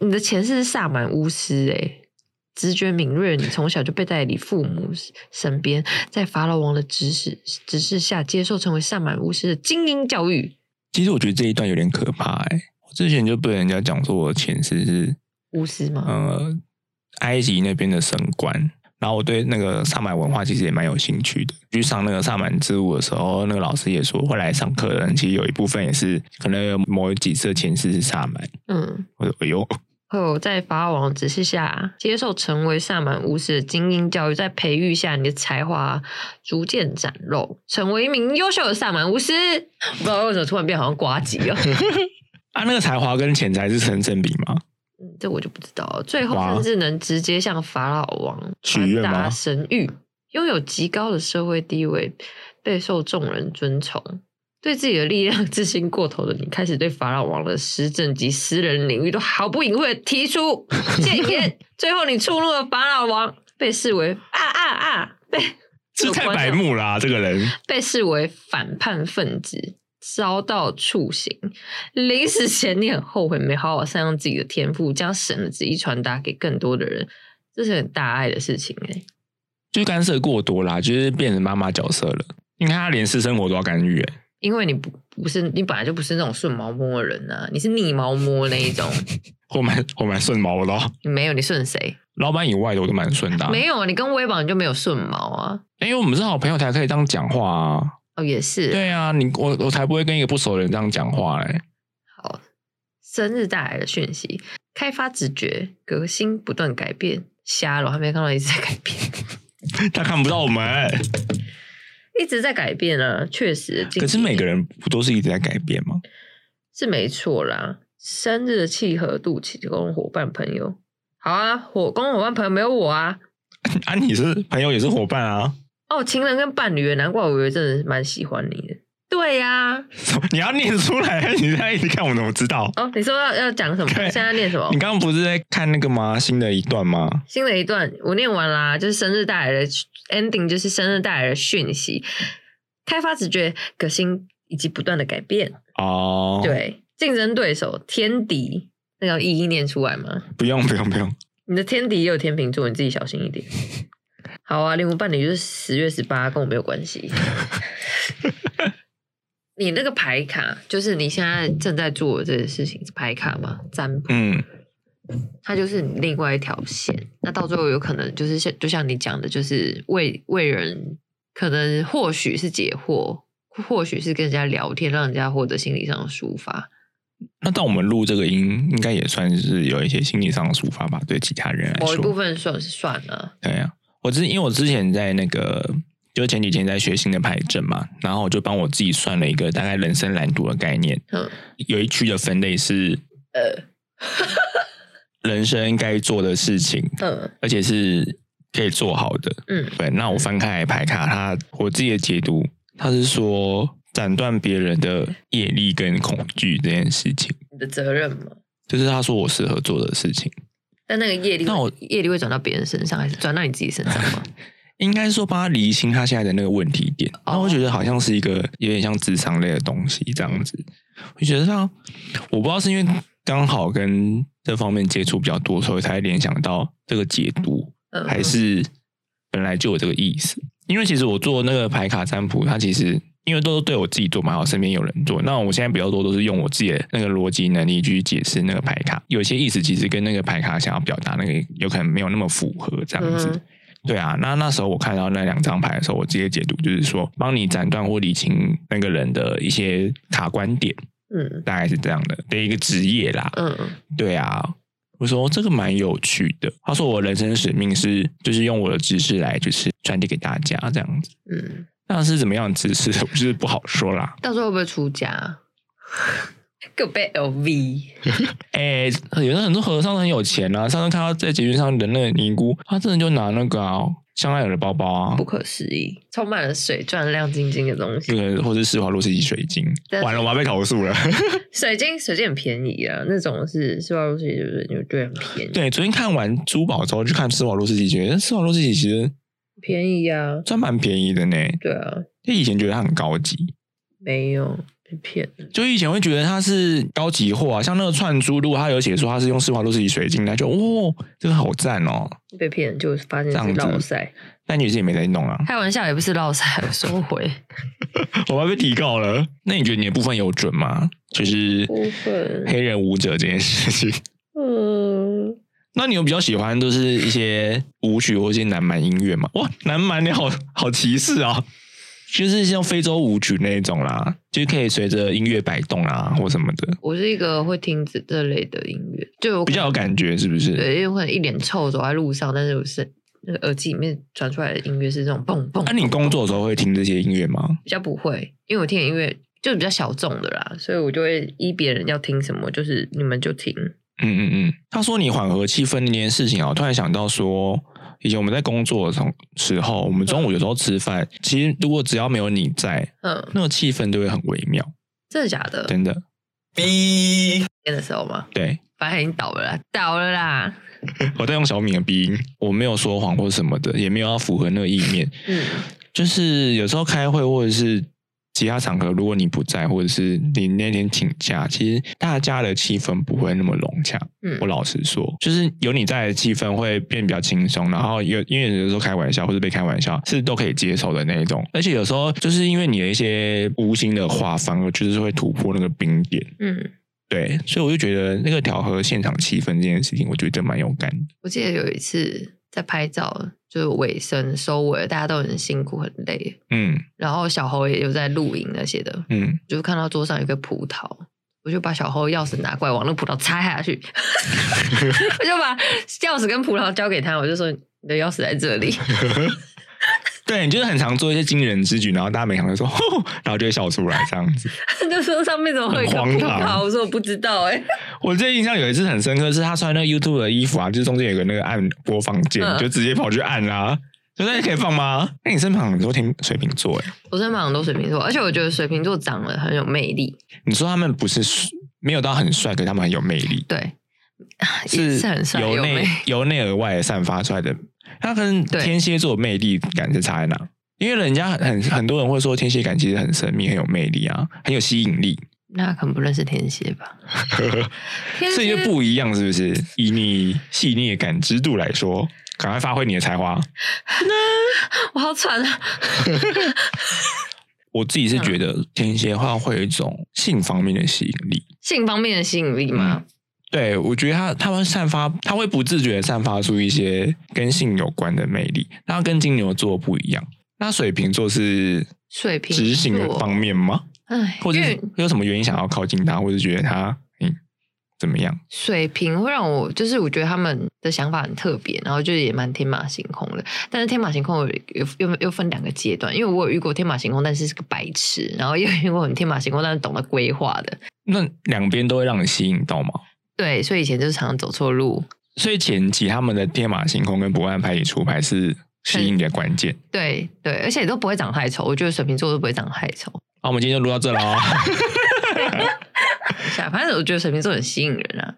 Speaker 2: 你的前世是萨满巫师哎、直觉敏锐，你从小就被带离父母身边，在法老王的指使指示下，接受成为萨满巫师的精英教育。
Speaker 1: 其实我觉得这一段有点可怕哎、我之前就被人家讲说我前世是
Speaker 2: 巫师吗？
Speaker 1: 呃埃及那边的神官，然后我对那个萨满文化其实也蛮有兴趣的。去上那个萨满之舞的时候，那个老师也说，会来上课的人其实有一部分也是可能有某几次的前世是萨满。
Speaker 2: 嗯，
Speaker 1: 我说哎呦，
Speaker 2: 会有在法老王的指示下，接受成为萨满巫师的精英教育，在培育下你的才华逐渐展露，成为一名优秀的萨满巫师。不知道为什么突然变好像瓜吉哦了。
Speaker 1: 啊，那个才华跟钱财是成正比吗？
Speaker 2: 嗯，这我就不知道了。最后
Speaker 1: 哇
Speaker 2: 甚至能直接向法老王
Speaker 1: 许愿
Speaker 2: 传
Speaker 1: 吗
Speaker 2: 达神谕，拥有极高的社会地位，备受众人尊崇。对自己的力量 自信过头的你，开始对法老王的施政及私人领域都毫不隐晦地提出 谏言。最后，你触怒了法老王，被视为啊啊啊，被
Speaker 1: 这太白目啦、这个人
Speaker 2: 被视为反叛分子，遭到处刑。临死前，你很后悔没好好善用自己的天赋，将神的旨意传达给更多的人，这是很大爱的事情哎、
Speaker 1: 就是干涉过多啦，就是变成妈妈角色了。你看他连私生活都要干预、欸，
Speaker 2: 因为你不不是你本来就不是那种顺毛摸的人啊，你是逆毛摸那一种。
Speaker 1: 我蛮我蛮顺毛的、哦，
Speaker 2: 你没有，你顺谁？
Speaker 1: 老板以外的我都蛮顺的、啊。哎
Speaker 2: 没有啊，你跟威宝你就没有顺毛啊。
Speaker 1: 因为我们是好朋友才可以这样讲话啊。
Speaker 2: 哦，也是。
Speaker 1: 对啊，你我我才不会跟一个不熟的人这样讲话嘞。
Speaker 2: 好，生日带来的讯息，开发直觉，革新，不断改变。瞎了，我还没看到一直在改变。
Speaker 1: 他看不到我 们，
Speaker 2: 一直在改变啊，确实。
Speaker 1: 可是每个人不都是一直在改变吗？
Speaker 2: 是没错啦。生日的契合度，提供伙伴朋友。好啊，伙公伙伴朋友没有我啊。
Speaker 1: 啊，你是朋友也是伙伴啊，
Speaker 2: 哦，情人跟伴侣，难怪我以为真的是蛮喜欢你的。对呀、
Speaker 1: 什么你要念出来，你在一直看我怎么知道？
Speaker 2: 哦，你说要要讲什么？
Speaker 1: 对啊
Speaker 2: 现在念什么
Speaker 1: 你？刚刚不是在看那个吗？新的一段吗？
Speaker 2: 新的一段我念完啦，就是生日带来的 ending，就是生日带来的讯息，开发直觉、革新以及不断的改变。
Speaker 1: 哦，，
Speaker 2: 对，竞争对手、天敌，那个要一一念出来吗？
Speaker 1: 不用不用不用，
Speaker 2: 你的天敌也有天秤座，你自己小心一点。好啊，灵魂伴侣就是十月十八，跟我没有关系。你那个牌卡，就是你现在正在做的这件事情，是牌卡嘛？占卜，
Speaker 1: 嗯，
Speaker 2: 它就是你另外一条线。那到最后有可能就是像就像你讲的，就是为为人，可能或许是解惑，或许是跟人家聊天，让人家获得心理上的啊抒发。
Speaker 1: 那当我们录这个音，应该也算是有一些心理上的抒发吧，对其他人来
Speaker 2: 某一部
Speaker 1: 说。
Speaker 2: 分算是算了，
Speaker 1: 对呀、我之因为我之前在那个，就前几天在学新的牌阵嘛，然后我就帮我自己算了一个大概人生蓝图的概念，
Speaker 2: 嗯
Speaker 1: 有一区的分类是
Speaker 2: 呃
Speaker 1: 人生该做的事情，
Speaker 2: 嗯
Speaker 1: 而且是可以做好的。
Speaker 2: 嗯
Speaker 1: 对，那我翻开来牌卡，它我自己的解读，它是说斩断别人的业力跟恐惧这件事情，
Speaker 2: 你的责任嘛。
Speaker 1: 就是他说我适合做的事情。
Speaker 2: 但那个业力会，
Speaker 1: 那我
Speaker 2: 业力会转到别人身上，还是转到你自己身上 吗？
Speaker 1: 应该说帮他厘清他现在的那个问题点。
Speaker 2: 哦
Speaker 1: 然后我觉得好像是一个有点像智商类的东西这样子。我觉得像我不知道是因为刚好跟这方面接触比较多，所以才联想到这个解读，
Speaker 2: 嗯
Speaker 1: 还是本来就有这个意思。因为其实我做那个牌卡占卜，它其实因为都是对我自己做嘛，还有身边有人做。那我现在比较多都是用我自己的那个逻辑能力去解释那个牌卡，有些意思其实跟那个牌卡想要表达那个有可能没有那么符合这样子。
Speaker 2: 嗯
Speaker 1: 对啊，那那时候我看到那两张牌的时候，我直接解读就是说，帮你斩断或理清那个人的一些卡观点，
Speaker 2: 嗯
Speaker 1: 大概是这样的的一个职业啦。
Speaker 2: 嗯
Speaker 1: 对啊，我说这个蛮有趣的。他说我人生使命是就是用我的知识来就是传递给大家这样子。
Speaker 2: 嗯，
Speaker 1: 那是怎么样的知识，我就是不好说啦。
Speaker 2: 到时候会不会出家？ 个被 LV，
Speaker 1: 哎、有的很多和尚都很有钱啊，上次看到在捷运上的那个尼姑，她真的就拿那个、啊、香奈儿的包包啊
Speaker 2: 不，可思议，充满了水钻亮晶晶的东西
Speaker 1: 那。个或是施华洛世奇水晶
Speaker 2: 对，
Speaker 1: 完了我要被投诉了。
Speaker 2: 水晶水晶很便宜啊，那种是施华洛世奇，对不对？你就觉得很便宜，
Speaker 1: 对，昨天看完珠宝之后，去看施瓦洛世奇，觉得施瓦洛世奇其实
Speaker 2: 便宜啊，
Speaker 1: 算蛮便宜的呢。
Speaker 2: 对啊，
Speaker 1: 就以前觉得它很高级，
Speaker 2: 没有被骗了，
Speaker 1: 就以前会觉得它是高级货啊，像那个串珠，如果它有写说它是用施华洛世奇水晶来，就哦，这个好赞哦。
Speaker 2: 被骗就发
Speaker 1: 这
Speaker 2: 现是
Speaker 1: 样子
Speaker 2: 落塞，
Speaker 1: 但女生也没在弄啊，
Speaker 2: 开玩笑也不是落塞，我收回
Speaker 1: 我要被提告了。那你觉得你的部分有准吗？就是
Speaker 2: 部分
Speaker 1: 黑人舞者这件事情。
Speaker 2: 嗯，
Speaker 1: 那你有比较喜欢就是一些舞曲或一些南蛮音乐吗？哇，南蛮你好好歧视啊！就是像非洲舞曲那一种啦，就是可以随着音乐摆动啦，或什么的，
Speaker 2: 我是一个会听这这类的音乐，就我
Speaker 1: 比较有感觉，是不是？
Speaker 2: 对，因为可能一脸臭走在路上，但是我是那个耳机里面传出来的音乐是这种蹦蹦
Speaker 1: 那、，啊你工作的时候会听这些音乐吗？
Speaker 2: 比较不会，因为我听的音乐就比较小众的啦，所以我就会依别人要听什么，就是你们就听，
Speaker 1: 嗯嗯嗯。他说你缓和气氛那件事情啊，我突然想到说，以前我们在工作的时候时候，我们中午有时候吃饭，其实如果只要没有你在，
Speaker 2: 嗯，
Speaker 1: 那个气氛都会很微妙，
Speaker 2: 真的假的？
Speaker 1: 真的。
Speaker 2: 天的时候吗？
Speaker 1: 对，
Speaker 2: 反正已经倒了啦，倒了啦，
Speaker 1: 我在用小米的鼻音，我没有说谎或什么的，也没有要符合那个意面。
Speaker 2: 嗯，
Speaker 1: 就是有时候开会或者是其他场合，如果你不在，或者是你那天请假，其实大家的气氛不会那么融洽。
Speaker 2: 嗯
Speaker 1: 我老实说，就是有你在的气氛会变比较轻松，然后有因为有时候开玩笑或者被开玩笑是都可以接受的那一种，而且有时候就是因为你的一些无心的话，反而就是会突破那个冰点。
Speaker 2: 嗯，
Speaker 1: 对，所以我就觉得那个调和现场气氛这件事情，我觉得蛮有感的。
Speaker 2: 我记得有一次在拍照，就是尾声收尾，大家都很辛苦很累，
Speaker 1: 嗯
Speaker 2: 然后小侯也有在露营那些的，
Speaker 1: 嗯，
Speaker 2: 就看到桌上有一个葡萄，我就把小侯钥匙拿过来，往那葡萄插下去， 我就把钥匙跟葡萄交给他，我就说你的钥匙在这里，
Speaker 1: 对，你就是很常做一些惊人之举，然后大家没想到说， 吼然后就会笑出来这样子。
Speaker 2: 就说上面怎么会有一个
Speaker 1: 很
Speaker 2: 葡
Speaker 1: 荒唐
Speaker 2: 萄？我说我不知道、欸，哎，
Speaker 1: 我最印象有一次很深刻，是他穿那个 YouTube 的衣服啊，就是中间有个那个按播放键，
Speaker 2: 嗯
Speaker 1: 你就直接跑去按啦、就那可以放吗？那你身旁很多天水瓶座，哎，
Speaker 2: 我身旁很多水瓶座，而且我觉得水瓶座长得很有魅力，
Speaker 1: 你说他们不是没有到很帅，可是他们很有魅力，
Speaker 2: 对，也是很帅，
Speaker 1: 由
Speaker 2: 有
Speaker 1: 内
Speaker 2: 魅。
Speaker 1: 由内而外散发出来的。他跟
Speaker 2: 对
Speaker 1: 天蝎座的魅力感是差在哪？因为人家很很多人会说天蝎感其实很神秘、很有魅力啊，很有吸引力。
Speaker 2: 那可能不认识天蝎 吧？天
Speaker 1: 所以
Speaker 2: 蝎
Speaker 1: 就不一样，是不是？以你细腻的感知度来说，赶快发挥你的才华。
Speaker 2: 我好喘啊！
Speaker 1: 我自己是
Speaker 2: 嗯
Speaker 1: 觉得天蝎话会有一种性方面的吸引力，
Speaker 2: 性方面的吸引力吗？
Speaker 1: 对我觉得他他们散发，他会不自觉的散发出一些跟性有关的魅力，那跟金牛座不一样。那水瓶座是
Speaker 2: 水瓶座
Speaker 1: 执行的方面吗？
Speaker 2: 哎，
Speaker 1: 嗯或者
Speaker 2: 因
Speaker 1: 是
Speaker 2: 为
Speaker 1: 有什么原因想要靠近他，或者觉得他嗯怎么样？
Speaker 2: 水瓶会让我就是我觉得他们的想法很特别，然后就也蛮天马行空的。但是天马行空有又又又分两个阶段，因为我有遇过天马行空，但是是个白痴，然后又遇过很天马行空但是懂得规划的。
Speaker 1: 那两边都会让你吸引到吗？
Speaker 2: 对，所以以前就是常常走错路。
Speaker 1: 所以前期他们的天马行空跟不按牌理出牌是吸引你的关键。
Speaker 2: 对对，而且都不会长太丑，我觉得水瓶座都不会长太丑。
Speaker 1: 好，我们今天就录到这了哦。
Speaker 2: 下，反正我觉得水瓶座很吸引人啊。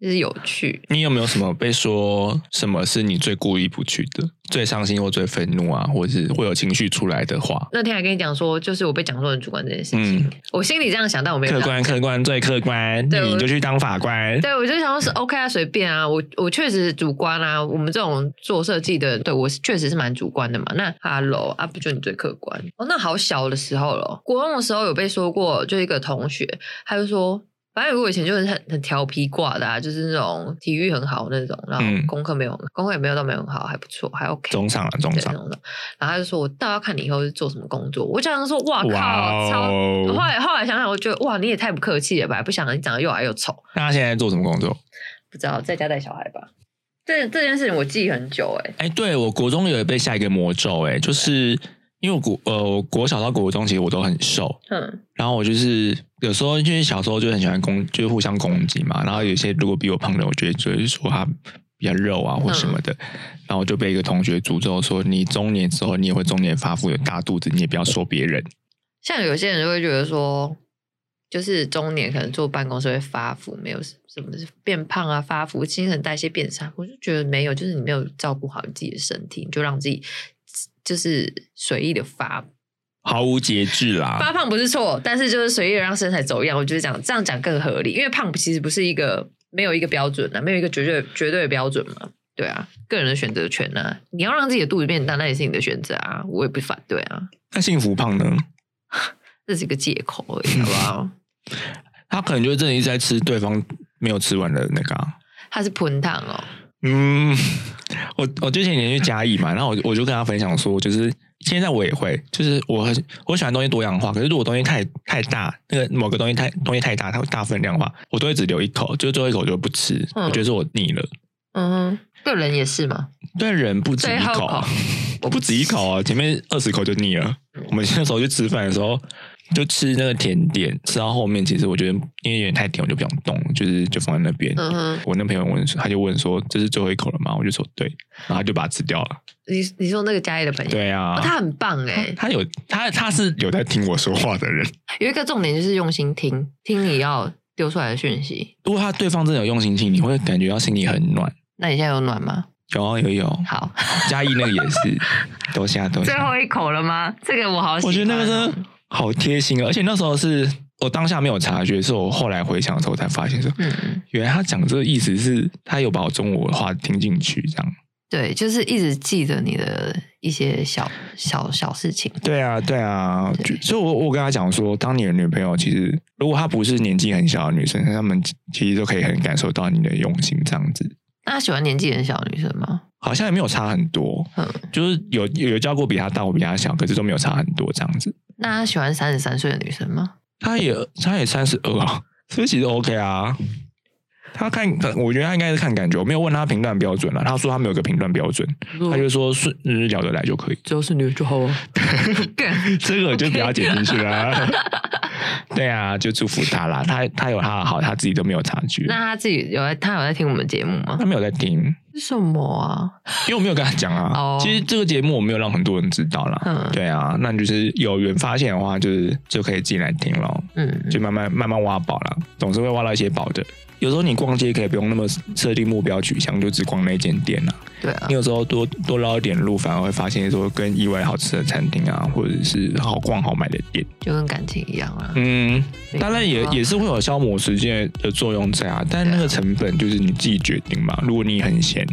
Speaker 2: 就是有趣。
Speaker 1: 你有没有什么被说什么是你最故意不去的，最伤心或最愤怒啊，或是会有情绪出来的话？
Speaker 2: 那天还跟你讲说，就是我被讲说很主观这件事情，
Speaker 1: 嗯
Speaker 2: 我心里这样想，但我没有
Speaker 1: 客
Speaker 2: 这
Speaker 1: 观，
Speaker 2: 样
Speaker 1: 客观，最客观，
Speaker 2: 对我
Speaker 1: 你就去当法 官。
Speaker 2: 对，我就想说是 OK 啊，随便啊，我我确实主观啊，我们这种做设计的，对我是确实是蛮主观的嘛。那 Hello 啊，不就你最客观？哦，那好小的时候了，国中的时候有被说过，就一个同学，他就说。反正我以前就是很很调皮挂的、啊，就是那种体育很好那种，然后
Speaker 1: 嗯
Speaker 2: 功课没有，功课也没有到没有很好，还不错，还 OK。
Speaker 1: 中上了，中
Speaker 2: 对那
Speaker 1: 上。
Speaker 2: 种的。然后他就说：“我倒要看你以后是做什么工作。”我就想说：“哇靠，
Speaker 1: 哇
Speaker 2: 超！”
Speaker 1: 哦！
Speaker 2: 后来后来想想，我觉得哇，你也太不客气了吧！不想到你长得又矮又丑，
Speaker 1: 那他现在做什么工作？
Speaker 2: 不知道在家带小孩吧？这这件事情我记忆很久哎、
Speaker 1: 哎、对我国中有被下一个魔咒、哎，就是因为我国呃我国小到国中其实我都很瘦，
Speaker 2: 嗯
Speaker 1: 然后我就是有时候因为小时候就很喜欢攻，就是互相攻击嘛，然后有一些如果比我胖的，我就会就会说他比较肉啊或什么的，然后我就被一个同学诅咒说，你中年之后你也会中年发福，有大肚子，你也不要说别人。
Speaker 2: 像有些人就会觉得说，就是中年可能坐办公室会发福，没有什么变胖啊、发福、新陈代谢变差，我就觉得没有，就是你没有照顾好你自己的身体，你就让自己就是随意的发
Speaker 1: 毫无节制啦，
Speaker 2: 发胖不是错，但是就是随意地让身材走样，我觉得讲这样讲更合理，因为胖其实不是一个没有一个标准的、没有一个绝对绝对的标准嘛。对啊，个人的选择权啊，你要让自己的肚子变大，那也是你的选择啊，我也不反对啊，
Speaker 1: 那幸福胖呢？
Speaker 2: 这是一个借口而已，好不好？
Speaker 1: 他可能就真的一直在吃对方没有吃完的那个、啊。
Speaker 2: 它是喷烫哦，
Speaker 1: 嗯， 我我之前也去嘉义嘛，然后我我就跟他分享说，就是现在我也会，就是我很我喜欢东西多样化，可是如果东西太太大，那个某个东西太东西太大，它会大分量化，我都会只留一口，就是最后一口我就不吃，
Speaker 2: 嗯
Speaker 1: 我觉得是我腻了。
Speaker 2: 嗯哼，个人也是嘛，
Speaker 1: 对人不止一
Speaker 2: 最后
Speaker 1: 口
Speaker 2: 口
Speaker 1: 啊，
Speaker 2: 我
Speaker 1: 不止一口啊，前面二十口就腻了。我们那时候去吃饭的时候，就吃那个甜点，吃到后面其实我觉得因为有点太甜，我就不想动，就是就放在那边。
Speaker 2: 嗯哼，
Speaker 1: 我那朋友问说，他就问说这是最后一口了吗？我就说对，然后他就把它吃掉了。
Speaker 2: 你你说那个家里的朋友，
Speaker 1: 对啊，
Speaker 2: 哦、他很棒哎、
Speaker 1: 他有他他是有在听我说话的人。
Speaker 2: 有一个重点就是用心听，听你要丢出来的讯息。
Speaker 1: 如果他对方真的有用心听，你会感觉到心里很暖。
Speaker 2: 那你现在有暖吗？
Speaker 1: 有啊有有，
Speaker 2: 好，
Speaker 1: 嘉义那个也 是，都下都
Speaker 2: 最
Speaker 1: 下。
Speaker 2: 后一口了吗？这个我好喜欢哦，
Speaker 1: 我觉得那个真的好贴心啊，而且那时候是我当下没有察觉，是我后来回想的时候才发现说，
Speaker 2: 嗯嗯，
Speaker 1: 原来他讲这个意思是他有把我中午的话听进去，这样。
Speaker 2: 对，就是一直记得你的一些小小小事情。
Speaker 1: 对啊，对啊，就
Speaker 2: 对
Speaker 1: 所以我我跟他讲说，当你的女朋友其实如果她不是年纪很小的女生，她们其实都可以很感受到你的用心，这样子。
Speaker 2: 那他喜欢年纪很小的女生吗？
Speaker 1: 好像也没有差很多，
Speaker 2: 嗯，
Speaker 1: 就是有有教过比他大或比他小，可是都没有差很多这样子。
Speaker 2: 那他喜欢三十三岁的女生吗？
Speaker 1: 他也他也三十二啊，所以其实 OK 啊。他看，我觉得他应该是看感觉，我没有问他评断标准了。他说他没有个评断标准，他就说是嗯聊得来就可以。
Speaker 2: 只要是女就好啊。 干
Speaker 1: 这个就不要剪进去啦。对啊，就祝福他啦。他他有他的好，他自己都没有察觉
Speaker 2: 那。他自己有在，他有在听我们节目吗
Speaker 1: 他？没有在听，
Speaker 2: 是什么啊？
Speaker 1: 因为我没有跟他讲啊。
Speaker 2: 哦
Speaker 1: 其实这个节目我没有让很多人知道啦。
Speaker 2: 嗯
Speaker 1: 对啊，那你就是有缘发现的话，就是就可以进来听咯。
Speaker 2: 嗯，
Speaker 1: 就慢慢慢慢挖宝啦，总是会挖到一些宝的。有时候你逛街可以不用那么设定目标取向，就只逛那间店啦。
Speaker 2: 对啊
Speaker 1: 你，有时候多多绕一点路，反而会发现说更意外好吃的餐厅啊，或者是好逛好买的店。
Speaker 2: 就跟感情一样啊。
Speaker 1: 嗯，
Speaker 2: 没啊
Speaker 1: 当然也
Speaker 2: 错
Speaker 1: 也是会有消磨时间的作用在啊，但那个成本就是你自己决定嘛。
Speaker 2: 嗯
Speaker 1: 如果你很闲，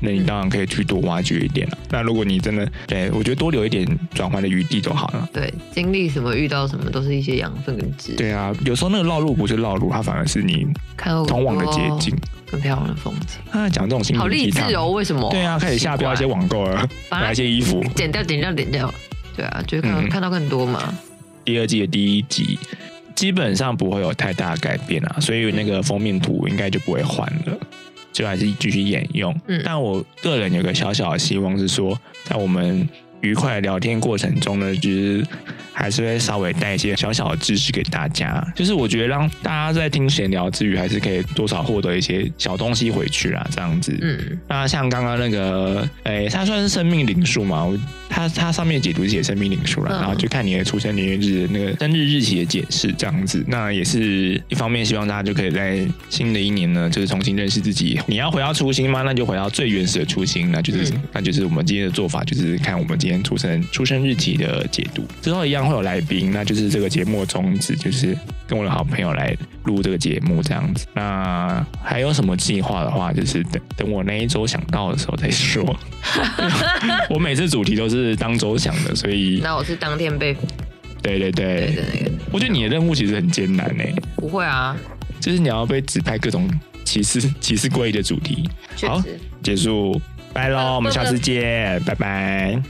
Speaker 1: 那你当然可以去多挖掘一点
Speaker 2: 嗯
Speaker 1: 了、那如果你真的对我觉得多留一点转换的余地就好了。
Speaker 2: 对，经历什么遇到什么都是一些养分跟质。
Speaker 1: 对啊，有时候那个绕路不是绕路，它反而是你
Speaker 2: 看过
Speaker 1: 通往的捷
Speaker 2: 很多
Speaker 1: 径。
Speaker 2: 更漂亮的风景，
Speaker 1: 啊，讲这种心灵
Speaker 2: 哦好励
Speaker 1: 鸡
Speaker 2: 志
Speaker 1: 汤
Speaker 2: 哦！为什么？
Speaker 1: 对啊，开始下标一些
Speaker 2: 奇怪
Speaker 1: 网购了，
Speaker 2: 反而
Speaker 1: 买一些衣服。
Speaker 2: 剪掉，剪掉，剪掉。对啊，就是看、
Speaker 1: 嗯
Speaker 2: 看到更多嘛。
Speaker 1: 第二季的第一集基本上不会有太大的改变啊，所以那个封面图应该就不会换了，就还是继续沿用。
Speaker 2: 嗯
Speaker 1: 但我个人有个小小的希望是说，在我们愉快的聊天过程中呢，就是还是会稍微带一些小小的知识给大家，就是我觉得让大家在听闲聊之余，还是可以多少获得一些小东西回去啦，这样子。
Speaker 2: 嗯，
Speaker 1: 那像刚刚那个，诶、它算是生命灵数嘛？我它它上面解读是写生命灵数了，
Speaker 2: 嗯
Speaker 1: 然后就看你的出生年月日的那个生日日期的解释这样子。那也是一方面，希望大家就可以在新的一年呢，就是重新认识自己。你要回到初心吗？那就回到最原始的初心，那就是、
Speaker 2: 嗯
Speaker 1: 那就是我们今天的做法，就是看我们今天出生出生日期的解读。之后一样会有来宾，那就是这个节目的宗旨，就是跟我的好朋友来录这个节目这样子。那还有什么计划的话，就是等等我那一周想到的时候再 说。我每次主题都是当周想的，所以
Speaker 2: 那我是当天被
Speaker 1: 对对
Speaker 2: 对
Speaker 1: 对
Speaker 2: 的，那个，
Speaker 1: 我觉得你的任务其实很艰难诶、
Speaker 2: 不会啊，
Speaker 1: 就是你要被指派各种歧视歧视怪异的主题。
Speaker 2: 确
Speaker 1: 好
Speaker 2: 实。
Speaker 1: 结束，拜喽，我们下次见，拜拜。